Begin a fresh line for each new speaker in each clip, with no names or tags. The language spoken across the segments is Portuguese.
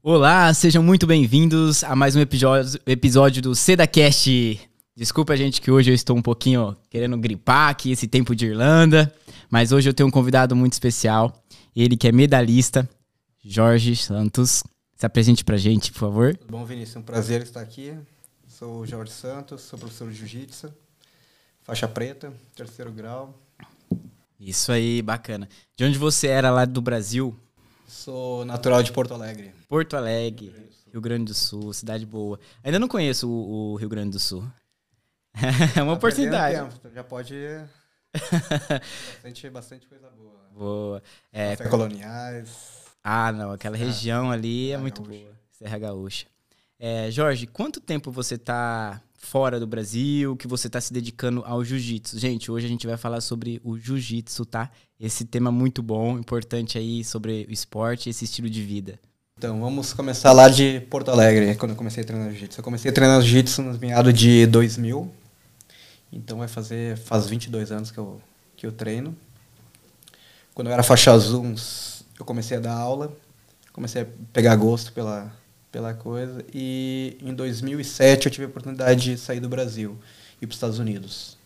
Olá, sejam muito bem-vindos a mais um episódio, episódio do SedaCast. Desculpa, gente, que hoje eu estou um pouquinho querendo gripar aqui esse tempo de Irlanda, mas hoje eu tenho um convidado muito especial, ele que é medalhista, Jorge Santos. Se apresente pra gente, por favor.
Tudo bom, Vinícius? É um prazer estar aqui. Sou o Jorge Santos, sou professor de jiu-jitsu, faixa preta, terceiro grau.
Isso aí, bacana. De onde você era lá do Brasil?
Sou natural de Porto Alegre.
Porto Alegre, Rio Grande do Sul, cidade boa. Ainda não conheço o, o Rio Grande do Sul. é uma
Tá perdendo
oportunidade.
tempo, então já pode. bastante, bastante coisa boa.
Boa. É,
Café coloniais.
ah, não, aquela região ali é
Serra
muito
Gaúcha.
boa. Serra Gaúcha. É, Jorge, quanto tempo você tá fora do Brasil, que você tá se dedicando ao jiu-jitsu? Gente, hoje a gente vai falar sobre o jiu-jitsu, tá? Esse tema muito bom, importante aí sobre o esporte e esse estilo de vida.
Então, vamos começar lá de Porto Alegre, é quando eu comecei a treinar jiu-jitsu. Eu comecei a treinar jiu-jitsu nos meados de 2000. Então, vai fazer faz 22 anos que eu, que eu treino. Quando eu era faixa azul, uns- eu comecei a dar aula. Comecei a pegar gosto pela, pela coisa. E em 2007 eu tive a oportunidade de sair do Brasil e ir para os Estados Unidos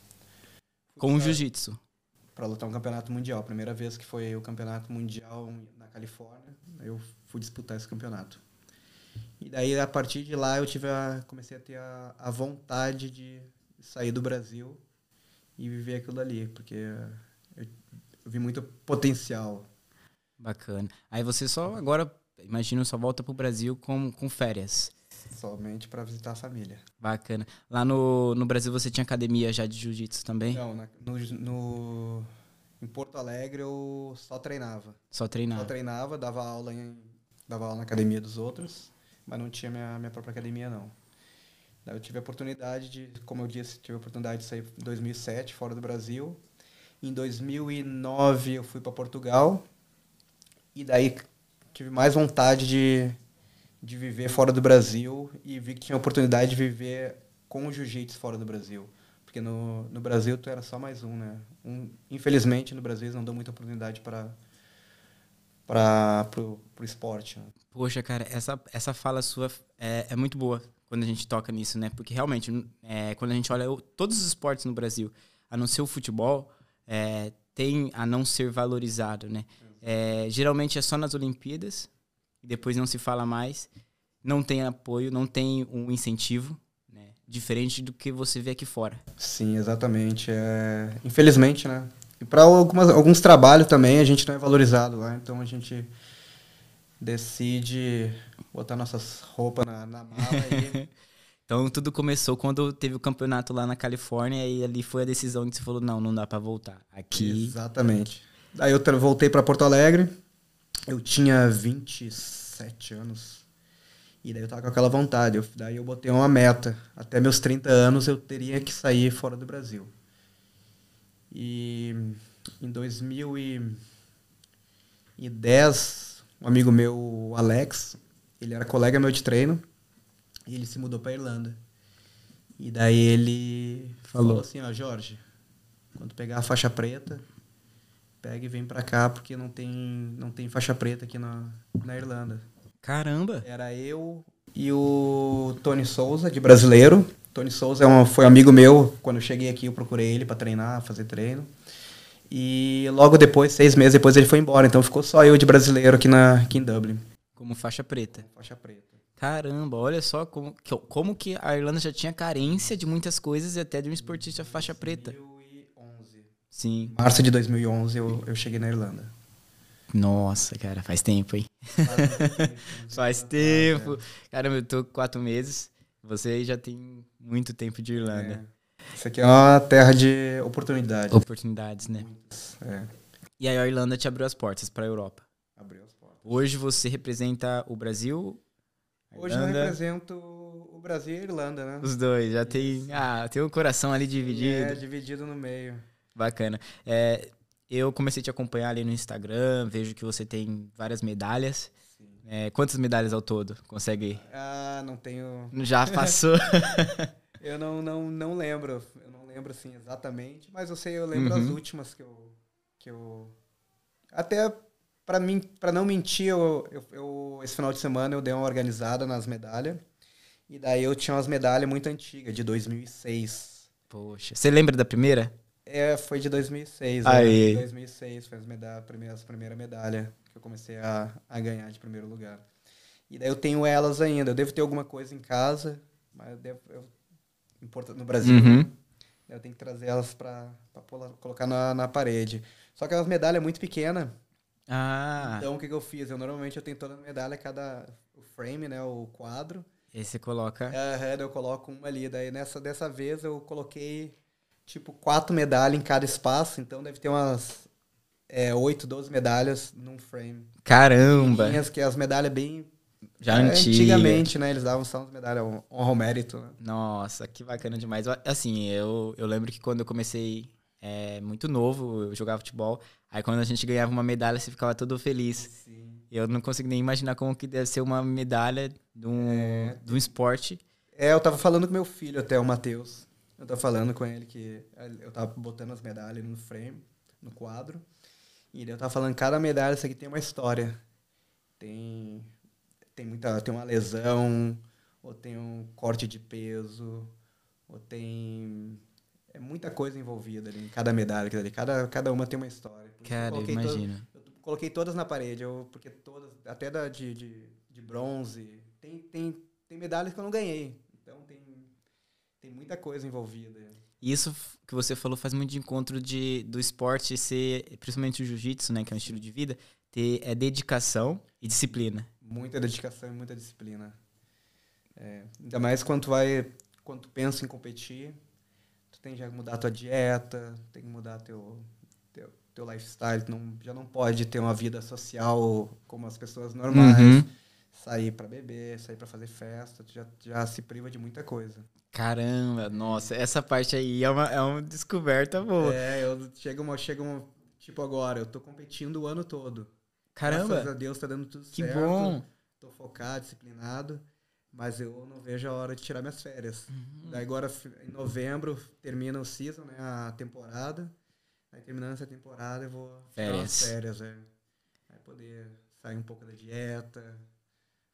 Com o jiu-jitsu.
para lutar um campeonato mundial. A primeira vez que foi o campeonato mundial na Califórnia, eu fui disputar esse campeonato. E daí a partir de lá eu tive a, comecei a ter a, a vontade de sair do Brasil e viver aquilo dali, porque eu, eu vi muito potencial.
Bacana. Aí você só agora, imagino, só volta pro Brasil com, com férias.
Somente para visitar a família.
Bacana. Lá no, no Brasil você tinha academia já de jiu-jitsu também?
Não, na- no, no- em Porto Alegre eu só treinava.
Só treinar.
Só treinava, dava aula, em, dava aula na academia dos outros, mas não tinha minha, minha própria academia, não. Daí eu tive a oportunidade de, como eu disse, tive a oportunidade de sair em 2007, fora do Brasil. Em 2009 eu fui para Portugal e daí tive mais vontade de, de viver fora do Brasil e vi que tinha a oportunidade de viver com o jiu-jitsu fora do Brasil. Porque no, no Brasil tu era só mais um, né? Um, infelizmente no Brasil eles não dão muita oportunidade para para pro, pro esporte. né?
Poxa, cara, essa, essa fala sua é, é muito boa quando a gente toca nisso, né? Porque realmente, n- é, quando a gente olha o- todos os esportes no Brasil, a não ser o futebol, é, tem a não ser valorizado, né? É, geralmente é só nas Olimpíadas, depois não se fala mais, não tem apoio, não tem um incentivo, né? Diferente do que você vê aqui fora.
Sim, exatamente. É, infelizmente, né? E para alguns trabalhos também a gente não é valorizado lá, então a gente decide botar nossas roupas na, na mala
Então tudo começou quando teve o campeonato lá na Califórnia e ali foi a decisão que você falou, não, não dá pra voltar.
e...
Aqui
exatamente. Daí eu tra- voltei para Porto Alegre, eu tinha 27 anos, e daí eu tava com aquela vontade. Eu, daí eu botei uma meta. Até meus 30 anos eu teria que sair fora do Brasil. E em 2010, um amigo meu, o Alex, ele era colega meu de treino, e ele se mudou para Irlanda. E daí ele falou, assim, ó, Jorge, quando pegar a faixa preta, pega e vem para cá, porque não tem, não tem faixa preta aqui na, na Irlanda.
caramba!
Era eu e o Tony Souza, de brasileiro. Tony Souza é um, foi um amigo meu. Quando eu cheguei aqui, eu procurei ele para treinar, fazer treino. E logo depois, seis meses depois, ele foi embora. Então ficou só eu de brasileiro aqui, na, aqui em Dublin.
Como faixa preta.
Faixa preta.
Caramba, olha só como que, como que a Irlanda já tinha carência de muitas coisas e até de um esportista faixa preta.
2011.
Sim.
Março de 2011 eu, eu cheguei na Irlanda.
Nossa, cara, faz tempo, hein? Faz tempo. Caramba, eu tô com quatro meses. Você já tem muito tempo de Irlanda.
Isso aqui é uma terra de oportunidades.
É. Oportunidades, né?
É.
E aí a Irlanda te abriu as portas pra Europa.
Abriu as portas.
Hoje você representa o Brasil, a
Hoje eu
Irlanda,
represento o Brasil e a Irlanda, né?
os dois. Já tem, ah, tem o coração ali dividido.
É, dividido no meio.
Bacana. É, eu comecei a te acompanhar ali no Instagram, vejo que você tem várias medalhas. É, quantas medalhas ao todo consegue?
Ah, não tenho.
Já passou.
Eu não, não, não lembro. Eu não lembro assim exatamente, mas eu sei, eu lembro
Uhum.
as últimas que eu. Que eu... Até para mim, para não mentir, eu, eu, eu- esse final de semana eu dei uma organizada nas medalhas. E daí eu tinha umas medalhas muito antigas, de 2006.
Poxa. Você lembra da primeira?
É, foi de 2006,
Aí.
né? 2006 foi as meda- primeiras- a primeira medalha que eu comecei a, a ganhar de primeiro lugar. E daí eu tenho elas ainda. Eu devo ter alguma coisa em casa, mas eu devo, eu, importa- no Brasil,
Uhum.
né? Eu tenho que trazer elas para colocar na, na parede. Só que as medalhas é muito pequena,
Ah.
então o que, que eu fiz? Eu normalmente eu tenho toda a medalha, cada o frame, né, o quadro.
Aí você coloca.
Aham, daí eu coloco uma ali. Daí nessa dessa vez eu coloquei tipo quatro medalhas em cada espaço, então deve ter umas é, 8, 12 medalhas num frame.
Caramba!
Minhas, que as medalhas bem
Hum, Já
é,
antiga.
antigamente, né, eles davam só as medalhas hon- honra ao mérito, né?
Nossa, que bacana demais. Assim, eu, eu lembro que quando eu comecei é, muito novo, eu jogava futebol. Aí quando a gente ganhava uma medalha, você ficava todo feliz. Eu não consigo nem imaginar como que deve ser uma medalha de um, de um esporte.
É, eu tava falando com meu filho até, o Matheus. Eu tava falando com ele que é, eu tava botando as medalhas no frame, no quadro. E daí eu tava falando, cada medalha, isso aqui tem uma história. Tem tem muita, tem uma lesão, ou tem um corte de peso, ou tem é muita coisa envolvida ali em cada medalha, quer dizer, cada cada uma tem uma história. Por isso que eu
Cara, eu
coloquei todas-
imagino.
eu coloquei todas na parede, eu, porque todas, até da de, de, de bronze. Tem, tem, tem medalhas que eu não ganhei. Então tem, tem muita coisa envolvida.
E Isso f- que você falou faz muito de encontro de, do esporte ser, principalmente o jiu-jitsu, né, que é um estilo de vida, ter é dedicação e disciplina.
Muita dedicação e muita disciplina. É, ainda mais quando tu vai. Quando tu pensa em competir, tu tem já que mudar tua dieta, tem que mudar teu, teu, teu lifestyle. Tu não, já não pode ter uma vida social como as pessoas normais.
Uhum.
Sair pra beber, sair pra fazer festa, tu já, já se priva de muita coisa.
Caramba, nossa, essa parte aí é uma, é uma descoberta boa.
É, eu chego uma, chego uma- tipo agora, eu tô competindo o ano todo. Graças
Caramba,
a Deus tá dando tudo
que
certo.
bom.
Tô focado, disciplinado, mas eu não vejo a hora de tirar minhas férias.
Uhum.
Daí agora fi- em novembro termina o season, né, a temporada. Aí terminando essa temporada eu vou tirar umas férias, é. Aí poder sair um pouco da dieta,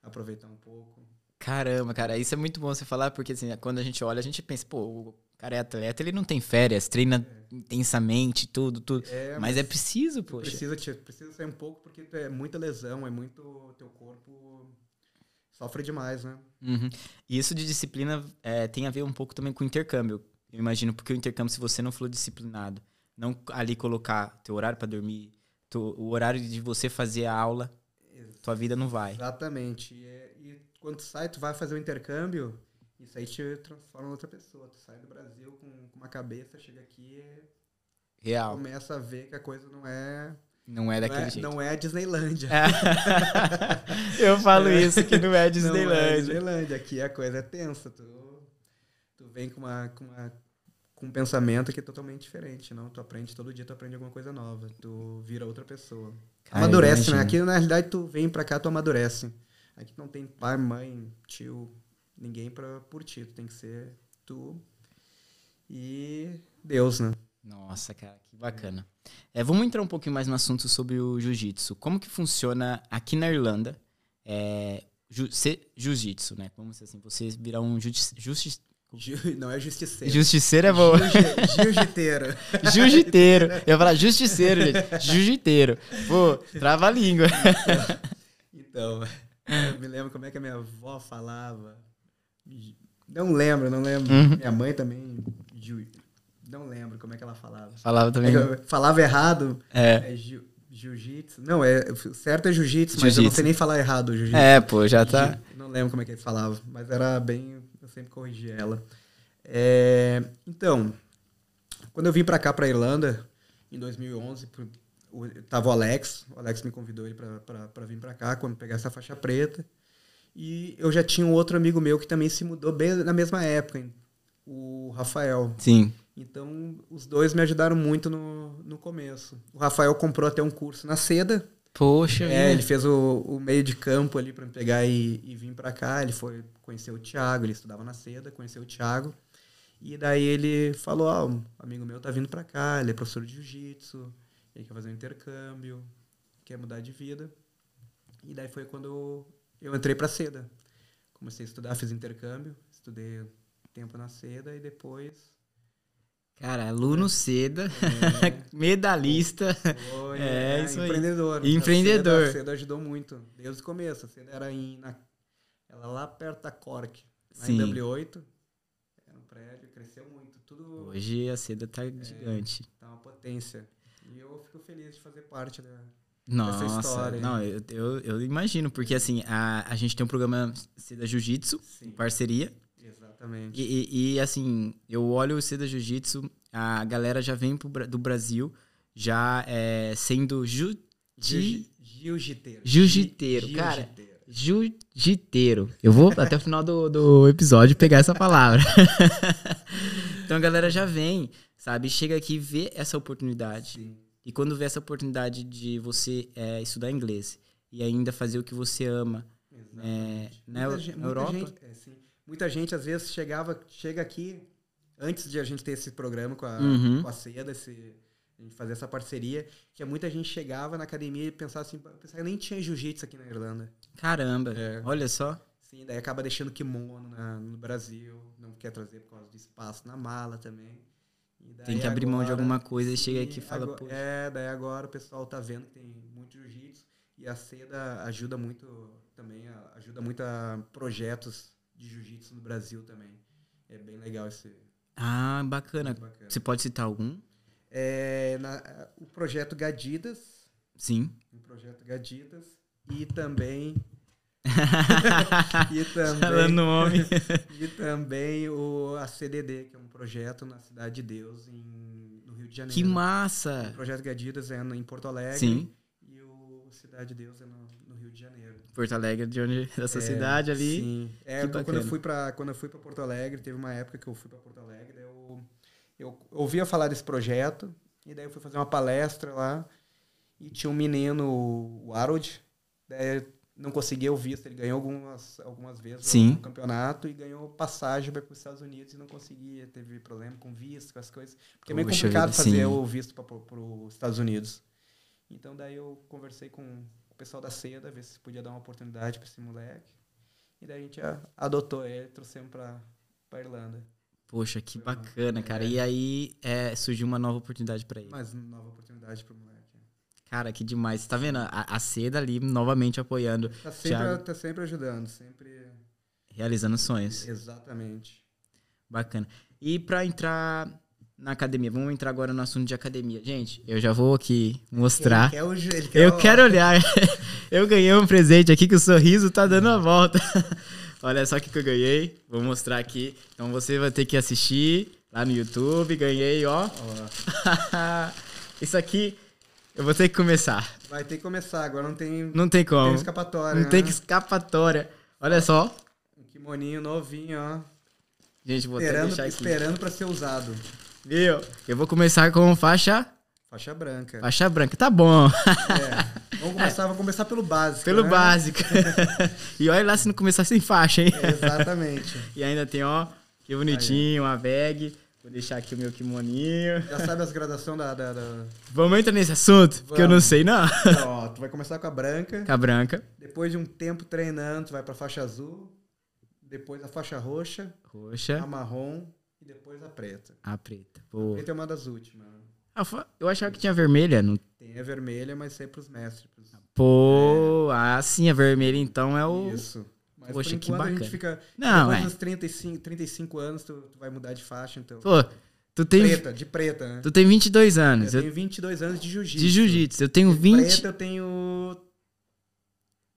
aproveitar um pouco.
Caramba, cara, isso é muito bom você falar, porque assim, quando a gente olha, a gente pensa, pô, o cara é atleta, ele não tem férias, treina intensamente, tudo, tudo.
É,
Mas é preciso,
Tu
poxa.
Precisa, te- precisa sair um pouco porque tu é muita lesão, é muito. Teu corpo sofre demais, né?
Uhum. E isso de disciplina é, tem a ver um pouco também com o intercâmbio. Eu imagino, porque o intercâmbio, se você não for disciplinado, não ali colocar teu horário pra dormir, tu- o horário de você fazer a aula, tua vida não
É.
vai.
Exatamente. E, é- e quando tu sai, tu vai fazer o intercâmbio, isso aí te transforma em outra pessoa. Tu sai do Brasil com, com uma cabeça, chega aqui e
Real.
começa a ver que a coisa não é.
Não é
não,
daquele
é
jeito.
não é a Disneylândia.
Eu falo
É.
isso, que não é
Não é
Disneyland.
Disneylândia. Aqui a coisa é tensa. Tu, tu vem com, uma, com, uma- com um pensamento que é totalmente diferente. Não? Tu aprende todo dia, tu aprende alguma coisa nova. Tu vira outra pessoa. amadurece, né? Aqui, na realidade, tu vem pra cá, tu amadurece. Aqui não tem pai, mãe, tio, ninguém pra, por ti. Tu tem que ser tu e Deus, né?
Nossa, cara, que bacana. É, vamos entrar um pouquinho mais no assunto sobre o jiu-jitsu. Como que funciona aqui na Irlanda é, ju- ser jiu-jitsu, né? Vamos dizer assim, você virar um justi justi
Ju- não é justiceiro.
justiceiro é bom.
Jiu- Jiu-jiteiro.
Jiu-jiteiro. Eu ia falar justiceiro, gente. Jiu-jiteiro. Pô, trava a língua.
Então, eu me lembro como é que a minha avó falava. Não lembro, não lembro.
Uhum.
Minha mãe também. Ju, não lembro como é que ela falava. É
Falava também.
Eu falava errado.
É,
É ju- jiu-jitsu. Não, é, o certo é jiu-jitsu, mas eu não
Jiu-jitsu.
sei nem falar errado o jiu-jitsu.
é pô, já tá.
Ju- Não lembro como é que eles falavam, mas era bem. Eu sempre corrigi ela. É, então, quando eu vim pra cá, pra Irlanda, em 2011, pro- o- tava o Alex. O Alex me convidou ele pra- pra pra vir pra cá, quando pegar essa faixa preta. E eu já tinha um outro amigo meu que também se mudou bem na mesma época, hein? o Rafael.
Sim.
Então, os dois me ajudaram muito no, no começo. O Rafael comprou até um curso na seda,
Poxa,
é, ele
vida.
fez o, o meio de campo ali pra me pegar e, e vir pra cá. Ele foi conhecer o Thiago, ele estudava na seda, conheceu o Thiago. E daí ele falou: "Ah, Ó, um amigo meu tá vindo pra cá, ele é professor de jiu-jitsu, ele quer fazer um intercâmbio, quer quer mudar de vida. E daí foi quando eu, eu entrei para seda. Comecei a estudar, fiz intercâmbio, estudei um tempo na seda e depois é,
Cara, aluno seda, medalhista.
foi
É,
né,
isso aí.
empreendedor.
Empreendedor.
A seda, a seda ajudou muito, desde o começo. A seda era em, na, ela lá perto da Cork, na
Sim.
W8. Era um prédio, cresceu muito. Tudo
Hoje a seda tá gigante.
tá uma potência. E eu fico feliz de fazer parte da.
Nossa,
história, hein?
não, eu, eu, eu imagino, porque assim, a, a gente tem um programa Seda Jiu-Jitsu, em
Sim,
parceria,
exatamente.
e, e- e, assim, eu olho o Seda Jiu-Jitsu, a galera já vem pro Bra- do Brasil, já é, sendo ju- de-
Jiu-jiteiro.
Jiu-jiteiro, cara. Jiu-jiteiro. Eu vou até o final do, do episódio pegar essa palavra. então a galera já vem, sabe? Chega aqui e vê essa oportunidade.
Sim,
E quando vê essa oportunidade de você é, estudar inglês e ainda fazer o que você ama
exatamente.
na Eu-
ge-
na É, né, Europa?
gente- é, sim. Muita gente, às vezes, chegava, chega aqui, antes de a gente ter esse programa com a,
Uhum.
com a seda, esse, a gente fazer essa parceria, que é muita gente chegava na academia e pensava assim, pensava que nem tinha jiu-jitsu aqui na Irlanda.
Caramba,
É.
olha só.
Sim, daí acaba deixando kimono na- no Brasil, não quer trazer por causa do espaço na mala também. E daí
Tem que abrir mão de
agora-
alguma coisa e chega
Sim,
aqui e fala,
agora-
pô.
É, daí agora o pessoal tá vendo que tem muito jiu-jitsu e a seda ajuda muito também, a- ajuda muito a projetos de jiu-jitsu no Brasil também. É bem legal esse
Ah, bacana.
bacana.
Você pode citar algum?
É, na- o projeto Gadidas,
Sim.
o projeto Gadidas e também e também
Falando o nome.
e também o a CDD, que é um projeto na Cidade de Deus em, no Rio de Janeiro.
que
O
massa.
projeto Gadidas é no- em Porto Alegre.
Sim.
E o Cidade de Deus é no, no Rio de Janeiro.
Porto Alegre, de onde dessa
É,
cidade ali.
Sim. É,
Que
então, quando
bacana.
eu fui para quando eu fui para Porto Alegre, teve uma época que eu fui para Porto Alegre, daí eu eu ouvia falar desse projeto e daí eu fui fazer uma palestra lá e tinha um menino, o Harold, daí eu não conseguia o visto, ele ganhou algumas algumas vezes
Sim.
no campeonato e ganhou passagem para os Estados Unidos e não conseguia, teve problema com visto, com as coisas, porque é meio
Puxa
complicado
vida,
fazer
sim.
o visto para os Estados Unidos. Então daí eu conversei com o pessoal da seda, ver se podia dar uma oportunidade para esse moleque. E daí a gente a- adotou ele, trouxemos pra, pra Irlanda.
Poxa, que
Foi uma-
bacana, cara.
é.
E aí é, surgiu uma nova oportunidade pra ele.
Mais uma nova oportunidade pro moleque.
Cara, que demais. Tá vendo? A, a seda ali novamente apoiando,
Tá sempre,
Thiago.
tá sempre ajudando, sempre.
realizando sonhos.
Exatamente.
Bacana. E pra entrar na academia, vamos entrar agora no assunto de academia. Gente, eu já vou aqui mostrar.
Ele quer o, ju- ele quer
Eu
o-
quero olhar. Eu ganhei um presente aqui que o sorriso tá dando a volta. Olha só o que, que eu ganhei. Vou mostrar aqui. Então você vai ter que assistir lá no YouTube. Ganhei, ó.
Ó,
Isso aqui eu vou ter que começar.
vai ter que começar, agora não tem, não
Não tem
tem
como.
escapatória.
Não tem
né?
que escapatória. Olha só.
Um kimoninho novinho, ó.
Gente, vou até
Esperando,
deixar aqui.
esperando pra ser usado.
Viu? Eu vou começar com faixa,
Faixa branca.
faixa branca. Tá bom.
É. Vamos começar, vou começar pelo básico.
Pelo
né?
básico. e olha lá se não começar sem faixa,
É.
hein?
Exatamente.
E ainda tem, ó, que bonitinho, uma bag. Vou deixar aqui o meu kimoninho.
Já sabe as gradações da. da, da...
Vamos entrar nesse assunto? Porque eu não
Vamos.
sei, não.
Então, ó, tu vai começar com a branca.
Com a branca.
Depois de um tempo treinando, tu vai pra faixa azul. Depois a faixa roxa, a
Roxa.
marrom e depois a preta.
A preta. Boa.
Preta é uma das últimas. né?
Ah, fa- Eu achava que tinha vermelha. Não...
Tem a vermelha, mas isso é pros mestres. pros-
Pô, ah, sim, a vermelha então é o.
Isso. Mas
Poxa,
por
que
enquanto a
bacana.
gente fica.
Não,
depois
é.
dos 35, 35 anos, tu, tu vai mudar de faixa, então.
Pô, tu tem,
Preta, de preta, né?
tu tem 22 anos.
Eu
Eu,
tenho 22 anos de jiu-jitsu.
de jiu-jitsu. Eu tenho 20.
Preta eu tenho.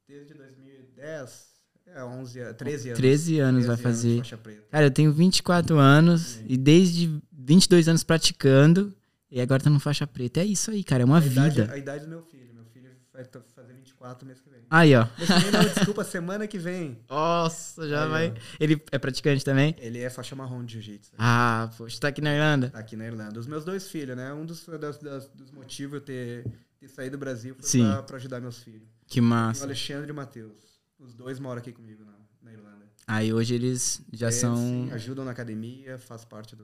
Desde 2010. É, 11, a- 13 anos.
13 anos vai
13 anos de
fazer. É
faixa preta.
Cara, eu tenho 24 anos
Sim.
e desde 22 anos praticando. E agora tá no faixa preta. É isso aí, cara. É uma
a
vida.
Idade, a idade do meu filho. Meu filho vai t- fazer 24 mês que vem.
Aí, ó.
Mês que vem não, desculpa, semana que vem.
Nossa, já
Aí,
vai.
ó.
Ele é praticante também?
Ele é faixa marrom de jiu-jitsu.
Ah, poxa, tá aqui na Irlanda?
Tá aqui na Irlanda. Os meus dois filhos, né? Um dos, das- das- dos motivos eu ter, ter saído do Brasil foi
Sim.
pra, pra ajudar meus filhos.
Que
O
massa.
Alexandre e o Matheus. Os dois moram aqui comigo na, na Irlanda.
Aí hoje eles já
Eles,
são.
sim, ajudam na academia, faz parte do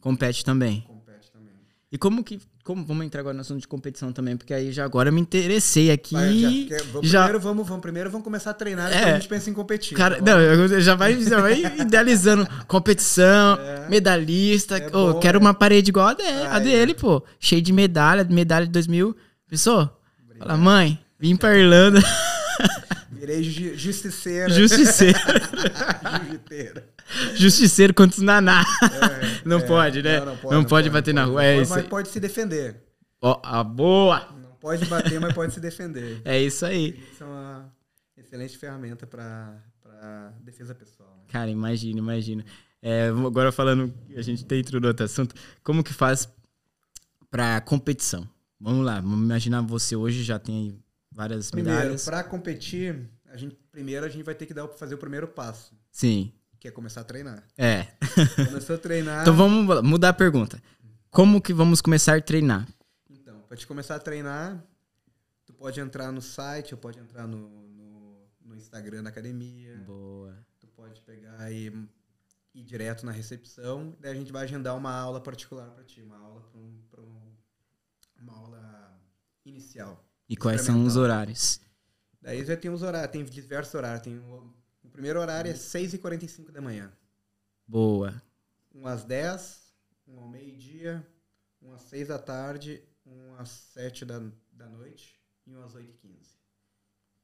Compete também.
compete também.
E como que. Como, vamos entrar agora no assunto de competição também, porque aí já agora me interessei aqui.
Vai, já,
já,
quer- vamos, Primeiro, vamos, vamos, primeiro vamos começar a treinar, depois
É.
a gente pensa em competir.
cara,
tá bom?
não, eu- já vai, já vai idealizando competição, medalhista.
É
ô,
bom,
quero
é.
uma parede igual a, de- a
Aí. é.
dele, pô. Cheio de medalha, medalha de 2000. Pessoa, fala, mãe, vim pra Irlanda,
Virei ju- justiceira.
justiceiro.
Jiu-jiteira.
Justiceiro contra os naná.
É,
Não
é.
pode, né? Não pode, bater na rua. É
Mas
isso.
pode,
aí.
se defender.
Ó, a boa!
Não pode bater, mas pode se defender.
É isso aí.
Isso é uma excelente ferramenta para defesa pessoal. né?
Cara, imagina, imagina. É, vamos agora falando, a gente tem entrou no outro assunto. Como que faz pra competição? Vamos lá, vamos imaginar você hoje já tem aí várias
Primeiro,
medalhas.
para competir, a gente, primeiro a gente vai ter que dar, o- fazer o primeiro passo,
Sim,
que é começar a treinar.
é.
Começou a treinar.
Então vamos lá, mudar a pergunta. Como que vamos começar a treinar?
Então, pra te começar a treinar, tu pode entrar no site, ou pode entrar no, no, no Instagram da academia,
Boa.
tu pode pegar e ir direto na recepção, daí a gente vai agendar uma aula particular pra ti, uma aula pra um, pra um- uma aula inicial.
E quais são os
Experimental.
horários?
Daí já tem os horários, tem diversos horários, tem o, o primeiro horário é 6h45 da manhã,
Boa.
um às 10, um ao meio-dia, um às 6 da tarde, um às 7 da, da noite e um às 8h15.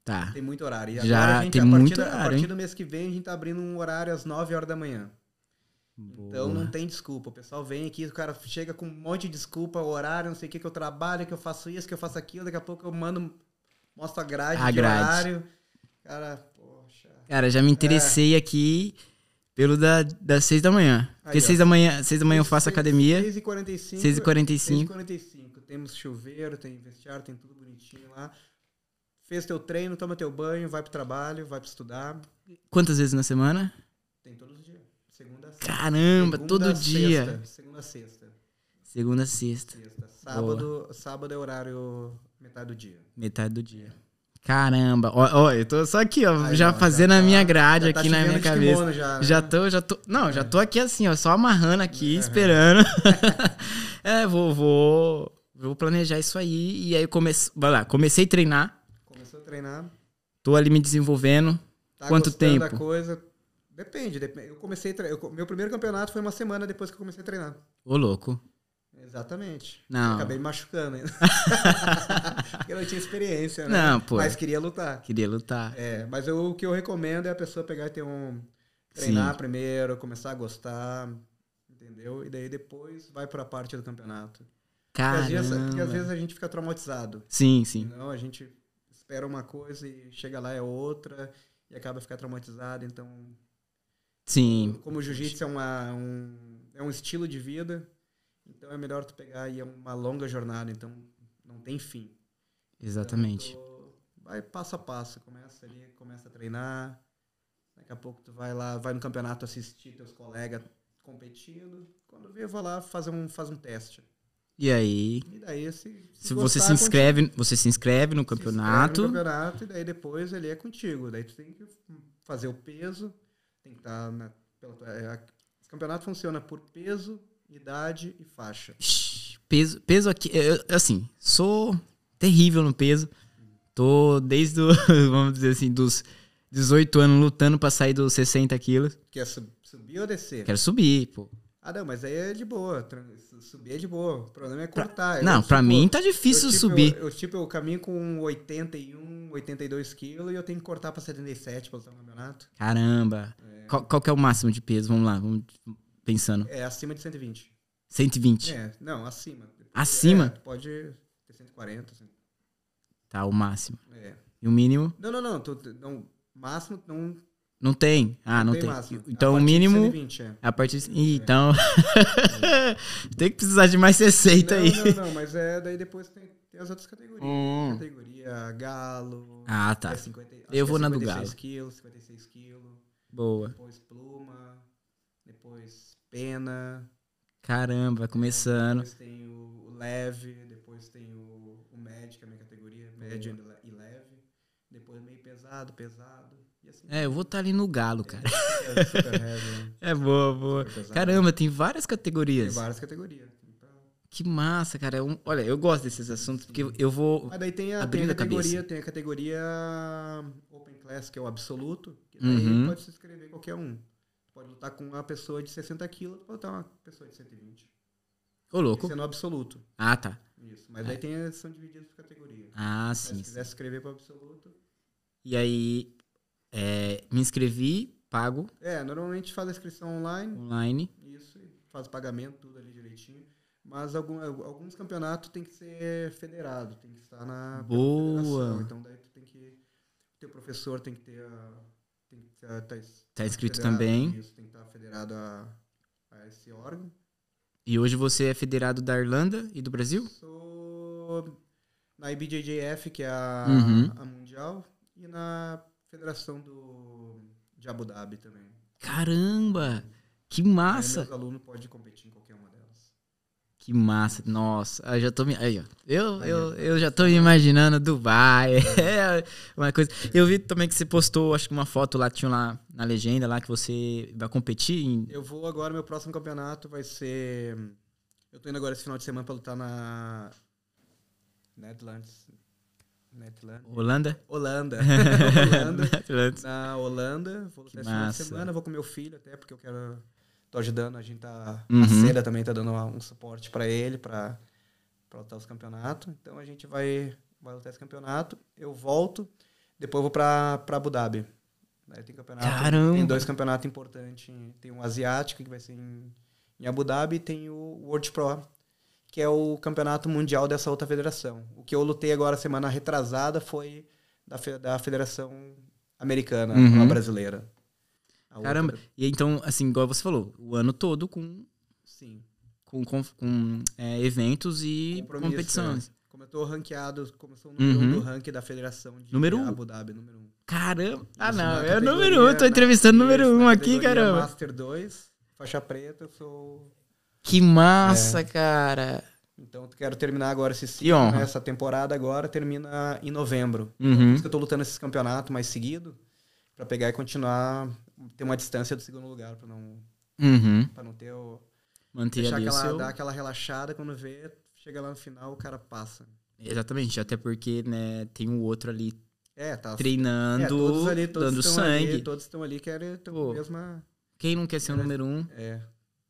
Tá.
Tem muito horário. E
Já
agora a gente,
tem
a partir,
muito
da-
horário,
A partir
hein?
do mês que vem, a gente tá abrindo um horário às 9 horas da manhã. Então não
Boa.
tem desculpa. O pessoal vem aqui, o cara chega com um monte de desculpa, horário, não sei o que, que eu trabalho, que eu faço isso, que eu faço aquilo. Daqui a pouco eu mando, mostro a grade,
A
de
grade.
horário. Cara, poxa.
Cara, já me
É.
interessei aqui pelo da, das 6 da manhã. Porque
Aí, ó.
6 da manhã, seis da manhã eu faço academia,
6h45.
6h45.
6h45. Temos chuveiro, tem vestiário, tem tudo bonitinho lá. Fez teu treino, toma teu banho, vai pro trabalho, vai pra estudar.
Quantas vezes na semana?
Tem todos os dias. Segunda a sexta.
Caramba,
Segunda a
todo dia.
sexta, segunda a sexta.
Segunda a sexta,
sexta. Sábado, sábado é horário metade do dia.
metade do dia. Caramba, ó, ó, eu tô só aqui, ó,
Aí,
já
ó,
fazendo
já
a minha
tá-
grade
já tá
aqui na minha
chovendo de
cabeça.
kimono Já, né?
Já tô, já tô. Não,
É.
já tô aqui assim, ó, só amarrando aqui, esperando. é, vou, vou. Vou planejar isso aí. E aí eu comecei. Vai lá, comecei a treinar.
Começou a treinar.
Tô ali me desenvolvendo.
Tá
Quanto
gostando
tempo?
Da coisa. Depende, depende. Eu comecei a tre- eu co- Meu primeiro campeonato foi uma semana depois que eu comecei a treinar.
Ô, louco.
Exatamente.
Não.
Acabei me machucando ainda. Porque eu não tinha experiência, né?
Não, pô.
Mas queria lutar.
Queria lutar.
É, mas eu- o que eu recomendo é a pessoa pegar e ter um. Treinar primeiro, começar a gostar, entendeu? E daí depois vai pra parte do campeonato. Porque às, vezes, porque às
Caramba.
vezes a gente fica assim, né? traumatizado.
Sim, sim.
Não, a gente espera uma coisa e chega lá é outra e acaba ficar traumatizado. Então,
Sim.
como o jiu-jitsu é, uma- um, é um estilo de vida, então é melhor tu pegar e é uma longa jornada, então não tem fim.
Exatamente.
Então, tu vai passo a passo, começa ali, começa a treinar. Daqui a pouco tu vai lá, vai no campeonato assistir teus colegas competindo. Quando vê, vai lá fazer um, faz um teste.
E aí?
E daí, se,
Se você se
gostar, continua.
inscreve, você se inscreve no
Se inscreve no
campeonato.
campeonato, e daí depois ele é contigo. Daí tu tem que fazer o peso, tem que estar na. Pela, tua- é, a- o campeonato funciona por peso, idade e faixa.
Ixi, Peso, peso aqui, eu, eu, assim, sou terrível no peso. Tô desde, o, vamos dizer assim, dos 18 anos lutando pra sair dos 60 quilos.
Quer é sub- subir ou descer?
Quero subir, pô.
Ah, não, mas aí é de boa. tran- su- Subir é de boa. O problema é cortar. Eu,
Não, pra
tipo,
mim tá
eu,
difícil
tipo,
subir.
Eu, eu, tipo, eu caminho com 81, 82 quilos e eu tenho que cortar pra 77 pra lutar no campeonato.
Caramba. Qual, qual que é o máximo de peso? Vamos lá, vamos pensando.
É acima de 120.
120.
É, não, acima.
Acima?
É, pode ter 140. cento-
Tá, o máximo.
É.
E o mínimo?
Não, não, não. Tu, tu- não máximo não,
Não tem. Ah, não,
tem,
tem.
máximo.
Então
A
o
partir de
mínimo.
120, é.
A partir. de- Ih, então. tem que precisar de mais 60 aí.
Não, não, não, mas é daí depois tem, tem as outras categorias.
Hum.
Categoria galo.
Ah, tá.
é 50 acho
Eu
que é
vou na do
56
galo.
Quilos, 56 quilos,
Boa.
depois pluma, depois pena,
Caramba, vai começando.
depois tem o o leve, depois tem o, o médio, que é a minha categoria, médio e le- e leve, depois meio pesado, pesado, e assim.
É, eu vou estar ali no galo, cara.
super- super heavy, né?
É boa, boa.
Super pesado.
Caramba, tem várias
Tem
categorias.
várias categorias. Então,
Que massa, cara. É um- olha, eu gosto desses assuntos, porque eu vou.
Mas daí tem a, tem
Abrindo
a
a cabeça.
categoria, tem a categoria Open Class, que é o absoluto, que daí
Uhum.
pode se inscrever qualquer um. Pode lutar com uma pessoa de 60 quilos, pode lutar com uma pessoa de 120.
Ô, louco.
Isso é no absoluto.
Ah, tá.
Isso. Mas daí tem, são divididos por categoria.
Ah,
Mas
sim.
se quiser se inscrever para absoluto.
E aí, é, me inscrevi, pago
É, normalmente faz a inscrição online,
online.
isso, e faz o pagamento, tudo ali direitinho. Mas algum- alguns campeonatos tem que ser federado, tem que estar na pela
Boa.
federação. Então daí tu tem que. Teu professor tem que ter a. Tem que ter, a- tá, es-
Tá inscrito
federado,
também.
Isso, tem que estar federado a, a esse órgão.
E hoje você é federado da Irlanda e do Brasil?
Sou na IBJJF, que é a,
Uhum.
a mundial, e na Federação do, de Abu Dhabi também.
Caramba! Que
Aí
massa!
meus alunos podem competir em qualquer uma delas.
Que massa! Nossa, ah, já tô me. Aí, ó. Eu,
Aí,
eu, eu já tô me imaginando Dubai. É uma coisa. Eu vi também que você postou, acho que uma foto lá, tinha lá na legenda lá que você vai competir em.
Eu vou agora, meu próximo campeonato vai ser. Eu tô indo agora esse final de semana pra lutar na. Netherlands. Netherlands.
Holanda?
Holanda. Holanda.
Atlantis.
Na Holanda. Vou
Que
lutar esse final de
massa.
semana, vou com meu filho até, porque eu quero. Tô ajudando, a gente tá.
Uhum.
A Seda também tá dando uma- um suporte pra ele, pra, pra lutar os campeonatos. Então a gente vai, vai lutar esse campeonato. Eu volto, depois eu vou pra, pra Abu Dhabi. Aí tem campeonato.
Caramba!
Tem dois campeonatos importantes. Tem um asiático, que vai ser em, em Abu Dhabi, e tem o World Pro, que é o campeonato mundial dessa outra federação. O que eu lutei agora, semana retrasada, foi da, fe- da federação americana,
Uhum.
não a brasileira. A outra-
Caramba! E então, assim, igual você falou, o ano todo com,
sim.
com, com, com, é, eventos e
Compromisso,
competições.
é. Como eu tô ranqueado, como eu sou o número
Uhum.
um do ranking da federação de
Número um?
Abu Dhabi, número um.
Caramba! Ah,
Isso
não,
na
é o
categoria-
número um, eu tô
na-
entrevistando o número
isso,
um
na
aqui,
categoria
caramba!
Master 2, faixa preta, eu sou
Que massa,
É.
cara!
Então, eu quero terminar agora esse
Que
ciclo,
honra.
né? essa temporada agora termina em novembro. Por
Uhum.
isso que eu tô lutando esses campeonatos mais seguido, pra pegar e continuar, ter uma distância do segundo lugar, pra não,
Uhum.
pra não ter o...
Manter
Deixar
ali o
aquela,
seu...
dar aquela relaxada, quando vê, chega lá no final, o cara passa.
Exatamente, até porque, né, tem um outro ali
É, tá...
treinando,
é, todos ali, todos
dando
estão
sangue.
Ali, todos estão ali, querem ter
Pô.
a mesma...
Quem não quer ser o número um?
É,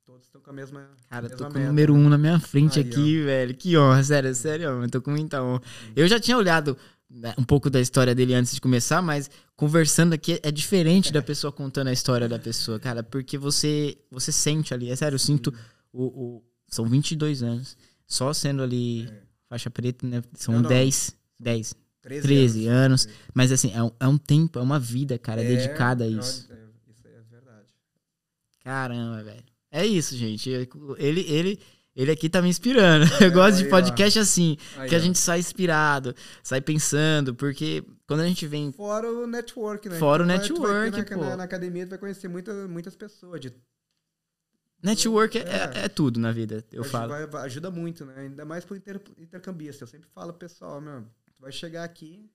todos estão com a mesma...
Cara, eu tô
mesma
com o
meta.
número um na minha frente
Aí,
aqui, velho. Que honra, sério, sério, eu tô com muita honra. Eu já tinha olhado né, um pouco da história dele antes de começar, mas conversando aqui é diferente da pessoa contando a história da pessoa, cara, porque você você sente ali, é sério, eu sinto o, o- são 22 anos, só sendo ali faixa preta, né, são
É. Não, não.
10, 10,
13,
13 anos,
anos.
mas assim, é um, é um tempo, é uma vida, cara,
É,
dedicada a
não,
isso.
é- isso é verdade.
Caramba, velho. É isso, gente. Ele, ele, ele aqui tá me inspirando. Eu gosto de
aí, ó.
podcast assim,
Aí,
que a
ó.
gente sai inspirado, sai pensando, porque quando a gente vem.
Fora o network, né?
Fora o
Então, tu vai- tu
network,
vai- na,
pô.
Na academia, tu vai conhecer muita, muitas pessoas. De,
Network é, é- é tudo na vida, eu
vai-
falo.
vai- vai- ajuda muito, né? Ainda mais pro inter, intercambista. Eu sempre falo pro pessoal, meu, tu vai chegar aqui,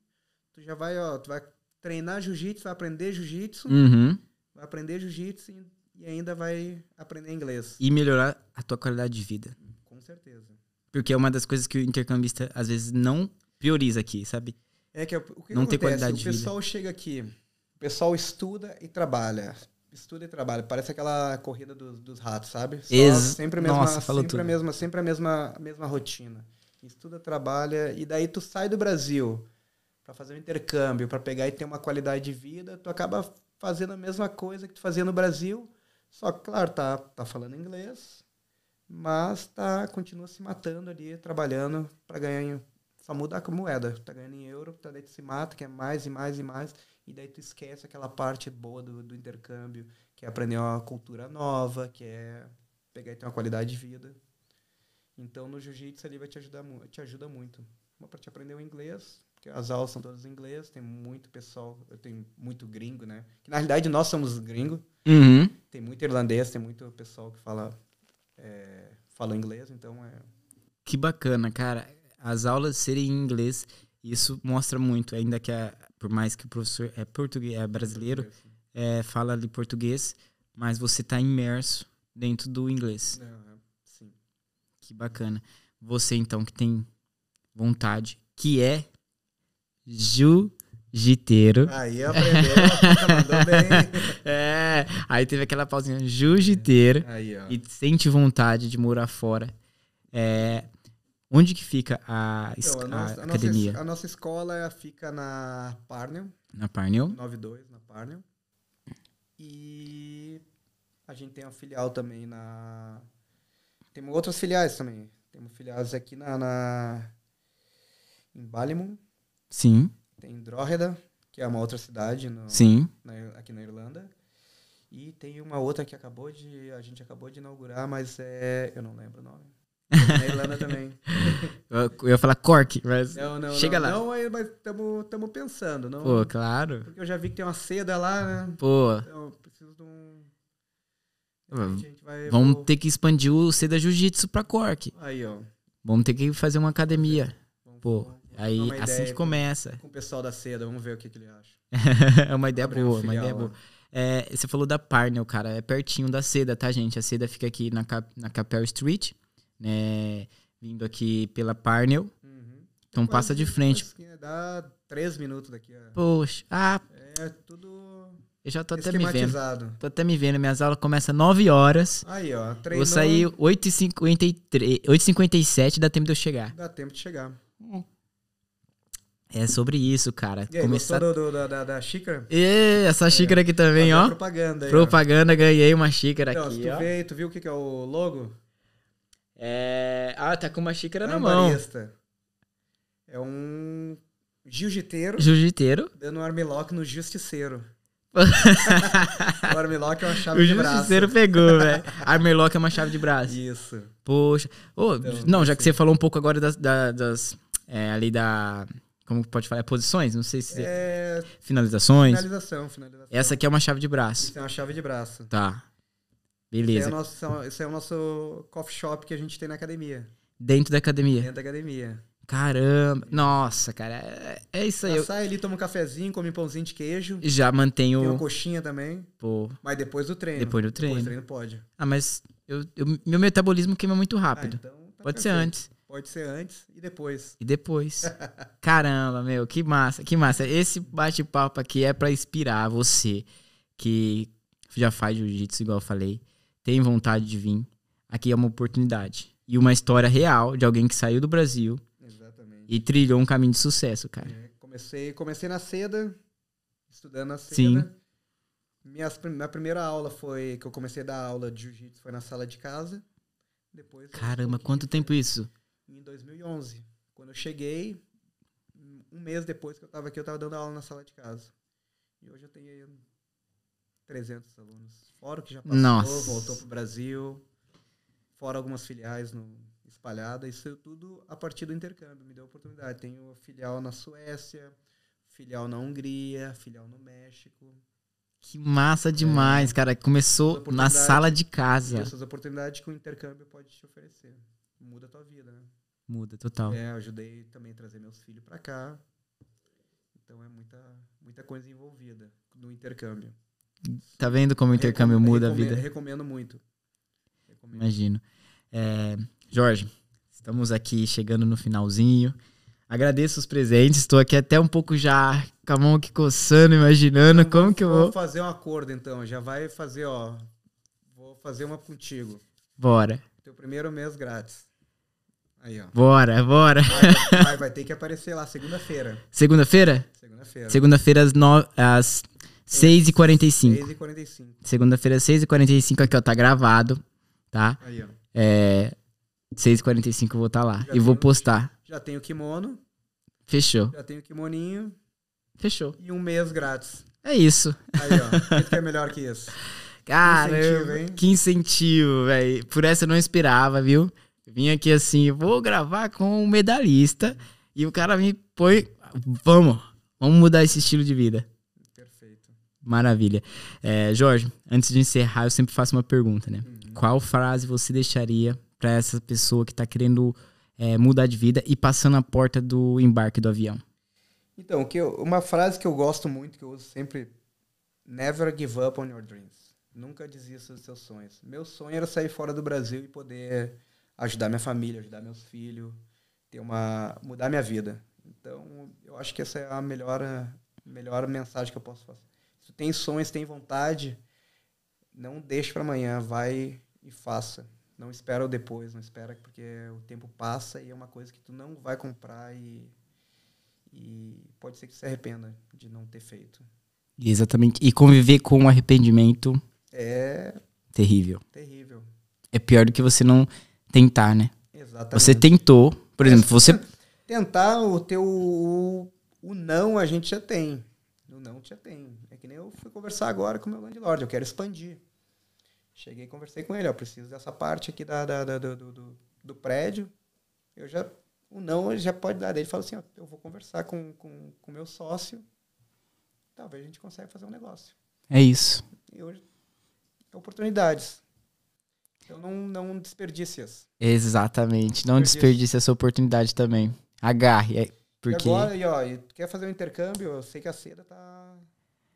tu já vai, ó, tu vai treinar jiu-jitsu, vai aprender jiu-jitsu,
Uhum.
vai aprender jiu-jitsu e, e ainda vai aprender inglês.
E melhorar a tua qualidade de vida.
Com certeza.
Porque é uma das coisas que o intercambista às vezes não prioriza aqui, sabe?
É que o que
Não
acontece?
ter qualidade de
O pessoal chega aqui, o pessoal estuda e trabalha. Estuda e trabalha. Parece aquela corrida dos, dos ratos, sabe? Só
Ex-
sempre a mesma,
Nossa, falou
sempre a
tudo.
mesma, sempre a mesma, a mesma rotina. Estuda, trabalha e daí tu sai do Brasil para fazer um intercâmbio, para pegar e ter uma qualidade de vida, tu acaba fazendo a mesma coisa que tu fazia no Brasil, só que, claro, tá tá falando inglês, mas tá continua se matando ali, trabalhando para ganhar em- só muda a moeda, tá ganhando em euro, tá daí tu se mata, quer mais e mais e mais, e daí tu esquece aquela parte boa do, do intercâmbio, que é aprender uma cultura nova, que é pegar e ter uma qualidade de vida. Então no jiu-jitsu ali vai te ajudar mu- te ajuda muito. Uma para te aprender o inglês, porque as aulas são todas em inglês, tem muito pessoal, eu tenho muito gringo, né? Que na realidade nós somos gringo,
Uhum.
tem muito irlandês, tem muito pessoal que fala é, fala inglês, então é
Que bacana, cara. As aulas serem em inglês, isso mostra muito, ainda que a- por mais que o professor é português, é brasileiro, é, fala ali português, mas você tá imerso dentro do inglês.
Não, é- sim.
Que bacana. Você, então, que tem vontade, que é jiu-jiteiro.
Aí aprendeu, mandou bem.
É, aí teve aquela pausinha, jiu-jiteiro.
Aí, ó.
E sente vontade de morar fora. É, onde que fica a, es-
Então, a,
a
nossa, a nossa
academia?
es- a nossa escola ela fica na Parnell,
Na Parnell?
92, na Parnell. E a gente tem uma filial também na. Temos outras filiais também. Temos filiais aqui na. na- em Ballymun,
Sim,
tem em Drogheda, que é uma outra cidade no-
sim.
na Ir- aqui na Irlanda. E tem uma outra que acabou de. A gente acabou de inaugurar, mas é. Eu não lembro o nome. Na Irlanda também.
Eu, eu ia falar Cork, mas...
Não, não,
Chega
não.
lá.
Não, é, mas estamos pensando. Não,
Pô, claro.
Porque eu já vi que tem uma seda lá, né?
Pô,
Então eu preciso de um. de
Ué,
repente a gente vai-
É, vamos
vou-
ter que expandir o C da Jiu-Jitsu pra Cork.
Aí, ó.
Vamos ter que fazer uma academia.
Vamos-
Pô,
vamos- vamos dar
Aí,
É uma
assim
ideia
que começa.
com- Com o pessoal da seda, vamos ver o que, que ele acha.
é uma ideia
Abrir uma
boa, uma
um filial
ideia
lá.
boa. É, você falou da Parnell, cara. É pertinho da Seda, tá, gente? A Seda fica aqui na, Cap na Capel Street, né? Vindo aqui pela Parnell.
Uhum.
Então
Quase-
passa de frente.
quase que né? Dá três minutos daqui. ó.
Poxa, ah,
É tudo
eu já tô até me vendo.
esquematizado.
Tô até me vendo. Minhas aulas começam 9 horas.
Aí, ó.
Vou
Treinou,
sair 8h53 8h57, dá tempo de eu chegar.
Dá tempo de chegar.
É sobre isso, cara.
E aí,
Começar.
gostou do- do- da, da, da xícara?
Ê, essa xícara aqui também,
Fazer a
ó.
Propaganda aí. ó.
Propaganda, ganhei uma xícara
Então, se
aqui,
tu,
ó.
vê, tu viu o que, que é o logo?
É... Ah, tá com uma xícara na mão.
Ambarista. É um jiu-jiteiro
Jiu-jiteiro.
dando um armlock no justiceiro. o armlock é uma chave
O
de braço.
justiceiro pegou, velho. Armerlock é uma chave de braço.
Isso.
Poxa. Ô,
Então,
não, já
assim.
que você falou um pouco agora das. da- das é, ali da. Como que pode falar? É, Posições? Não sei se.
É
Finalizações.
finalização, finalização.
Essa aqui é uma chave de braço.
Isso é uma chave de braço.
Tá.
Isso é, o
Beleza.
nosso, são- esse é o nosso coffee shop que a gente tem na academia.
Dentro da academia.
Dentro da academia.
Caramba. Nossa, cara. É, é isso aí.
Já
Eu
sai ali, toma um cafezinho, come um pãozinho de queijo.
já
Tem uma
mantenho.
coxinha também.
Pô.
Mas depois do treino.
Depois do treino.
Depois do treino pode.
Ah, mas eu, eu- meu metabolismo queima muito rápido.
Ah, então tá
Pode ser
perfeito.
antes.
Pode ser antes e depois.
E depois. Caramba, meu, que massa, que massa. Esse bate-papo aqui é pra inspirar você que já faz jiu-jitsu, igual eu falei, tem vontade de vir. Aqui é uma oportunidade. E uma história real de alguém que saiu do Brasil
Exatamente.
e trilhou um caminho de sucesso, cara.
É, comecei, comecei na seda, estudando na seda.
Sim.
Minhas, prim- minha primeira aula foi que eu comecei a dar aula de jiu-jitsu foi na sala de casa. Depois
Caramba,
um pouquinho
quanto
foi
tempo isso?
Em 2011, quando eu cheguei, um um mês depois que eu estava aqui, eu estava dando aula na sala de casa. E hoje eu tenho aí 300 alunos. Fora o que já passou,
Nossa.
voltou pro Brasil, fora algumas filiais no espalhada, isso tudo a partir do intercâmbio, me deu oportunidade. Tenho filial na Suécia, filial na Hungria, filial no México.
Que massa demais, cara. Começou na
Oportunidade.
sala de casa.
Essas oportunidades que o intercâmbio pode te oferecer. Muda a tua vida, né?
Muda total.
É, eu ajudei também a trazer meus filhos pra cá. Então é muita, muita coisa envolvida no intercâmbio.
Tá vendo como o
É,
intercâmbio
Recome-
muda a
recome-
vida?
Recomendo muito. Recomendo.
Imagino. É, Jorge, estamos aqui chegando no finalzinho. Agradeço os presentes. Estou aqui até um pouco já com a mão aqui coçando, imaginando
Então,
como que eu vou.
Vamos fazer um acordo então, já vai fazer, ó. Vou fazer uma contigo.
Bora,
Teu primeiro mês grátis. Aí, ó.
bora, bora.
Vai, vai- vai ter que aparecer lá segunda-feira.
Segunda-feira?
Segunda-feira.
Segunda-feira às, no... às 6h45.
6h45.
Segunda-feira, às 6h45, aqui, ó, tá gravado, tá?
Aí, ó.
É. 6h45 eu vou estar lá.
Já
E vou
tem.
postar.
Já tem o kimono,
Fechou.
já tem o kimoninho
Fechou.
e um mês grátis.
É isso.
Aí, ó. O que que é melhor que isso?
Caramba,
incentivo, hein?
que incentivo, velho. Por essa eu não esperava, viu? Vim aqui assim, vou gravar com um medalhista e o cara me põe. Vamos, vamos mudar esse estilo de vida.
Perfeito.
Maravilha. É, Jorge, antes de encerrar, eu sempre faço uma pergunta, né?
Uhum.
Qual frase você deixaria pra essa pessoa que tá querendo é, mudar de vida e passando a porta do embarque do avião?
Então, o que eu- uma frase que eu gosto muito, que eu uso sempre: Never give up on your dreams. Nunca desista dos seus sonhos. Meu sonho era sair fora do Brasil e poder ajudar minha família, ajudar meus filhos, ter uma mudar minha vida. Então, eu acho que essa é a melhor melhor mensagem que eu posso fazer. Se tu tem sonhos, tem vontade, não deixe para amanhã, vai e faça. Não espera o depois, não espera porque o tempo passa e é uma coisa que tu não vai comprar e e pode ser que se arrependa de não ter feito.
Exatamente. E conviver com o arrependimento
É
terrível.
terrível.
É pior do que você não tentar, né?
Exatamente.
Você tentou, por
É.
exemplo, você
Tentar o teu. O, o não a gente já tem. O não já tem. É que nem eu fui conversar agora com o meu landlord, eu quero expandir. Cheguei e conversei com ele, ó, preciso dessa parte aqui da, da- da- do, do- do- do prédio. Eu já. O não ele já pode dar. Daí ele fala assim, ó, eu vou conversar com o com, com o meu sócio. Talvez a gente consiga fazer um negócio.
é isso.
E hoje é oportunidades. Então não, não desperdice as.
Exatamente. Não desperdice essa oportunidade também. Agarre, é, porque
E agora, e, ó, e tu quer fazer um intercâmbio? Eu sei que a seda tá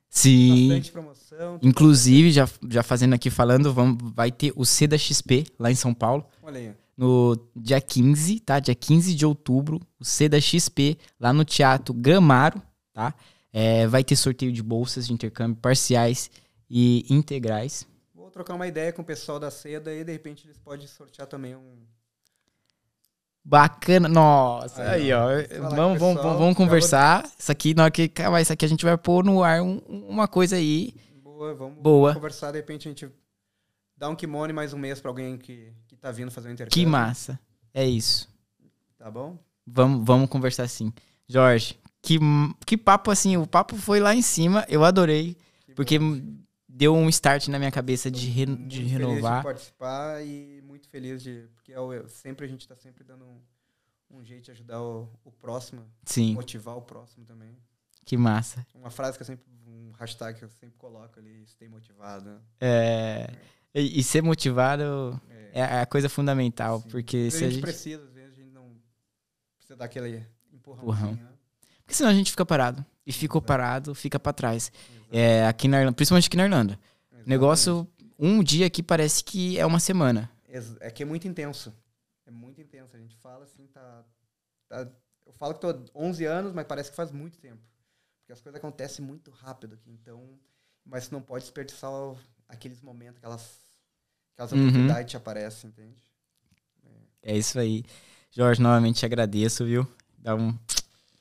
se
bastante promoção. tá-
inclusive já, já fazendo aqui falando, vamos, vai ter o Seda XP lá em São Paulo.
Olha aí.
no dia 15, tá? Dia 15 de outubro, o C da XP, lá no Teatro Gramaro, tá? É, vai ter sorteio de bolsas de intercâmbio parciais e integrais.
Vou trocar uma ideia com o pessoal da seda e de repente eles podem sortear também um.
Bacana, nossa, aí,
Aí,
ó.
falar com
Vamos,
o
vamos,
pessoal,
vamos, vamos
acaba-
conversar. Isso aqui, na hora que acabar isso aqui, a gente vai pôr no ar um- uma coisa aí.
um Boa, vamos
Boa.
conversar, de repente a gente dá um kimono mais um mês pra alguém que, que tá vindo fazer um intercâmbio.
Que massa. É isso.
Tá bom?
Vamos, vamos conversar sim. Jorge, que, que papo assim, o papo foi lá em cima, eu adorei.
Que
Porque
bom.
deu um start na minha cabeça
Tô
de, re-
muito
de
Hum, feliz
renovar.
De participar e muito feliz de. Porque é o- sempre a gente tá sempre dando um, um jeito de ajudar o, o próximo,
Sim,
motivar o próximo também.
que massa.
Uma frase que eu sempre. Um hashtag que eu sempre coloco ali, stay motivado. né?
É, e, e ser motivado
É.
é a coisa fundamental,
Sim.
porque
Às vezes
se a gente,
precisa, às vezes a gente não precisa dar aquele né? empurrão.
Empurrão. porque senão a gente fica parado. E ficou
Exato.
parado, fica pra trás. É, aqui na Irlanda, principalmente aqui na Irlanda. O negócio, um dia aqui parece que é uma semana.
É que é muito intenso. É muito intenso. A gente fala assim, tá. tá- eu falo que tô há 11 anos, mas parece que faz muito tempo. Porque as coisas acontecem muito rápido aqui. Então. Mas tu não pode desperdiçar o- aqueles momentos, aquelas, aquelas
Uhum.
oportunidades que te aparecem, entende?
É isso aí. Jorge, novamente te agradeço, viu? Dá um.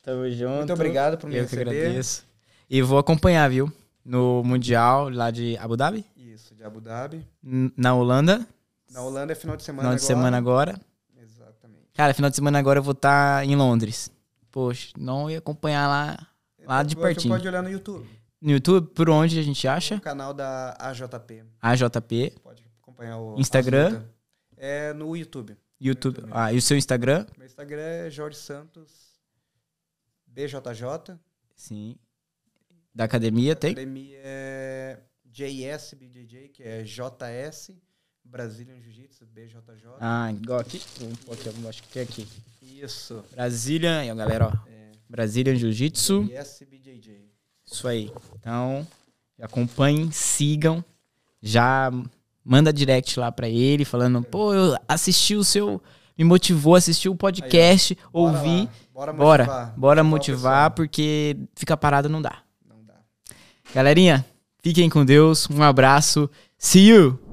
Tamo junto.
Muito obrigado por me
Eu que
receber.
agradeço. E vou acompanhar, viu? No Mundial lá de Abu Dhabi,
Isso, de Abu Dhabi.
n- na Holanda.
Na Holanda é final de semana
Final de semana agora.
agora. Exatamente.
Cara, final de semana agora eu vou estar em Londres. Poxa, não ia acompanhar lá Lá de
Então, Você pode-
pertinho.
Você pode olhar no YouTube.
no YouTube, por onde a gente acha?
No canal da AJP.
AJP,
Pode acompanhar o
Instagram?
as lutas. É no YouTube.
YouTube. Ah, e o seu Instagram?
Meu Instagram é Jorge Santos BJJ.
Sim. Da academia tem?
Academia é JSBJJ, que é JS Brazilian Jiu-Jitsu BJJ.
Ah, igual aqui. Um pouquinho, acho que tem aqui.
Isso.
Brasília, aí, ó, galera, ó. Brasília Jiu-Jitsu.
JSBJJ.
Isso aí. Então, acompanhem, sigam. Já manda direct lá pra ele, falando: pô, eu assisti o seu. Me motivou, assistir o podcast,
Bora
ouvi.
lá, Bora
Bora,
motivar.
bora
o
motivar,
pessoal.
porque ficar parado não dá.
Não dá.
Galerinha, fiquem com Deus, um abraço, see you!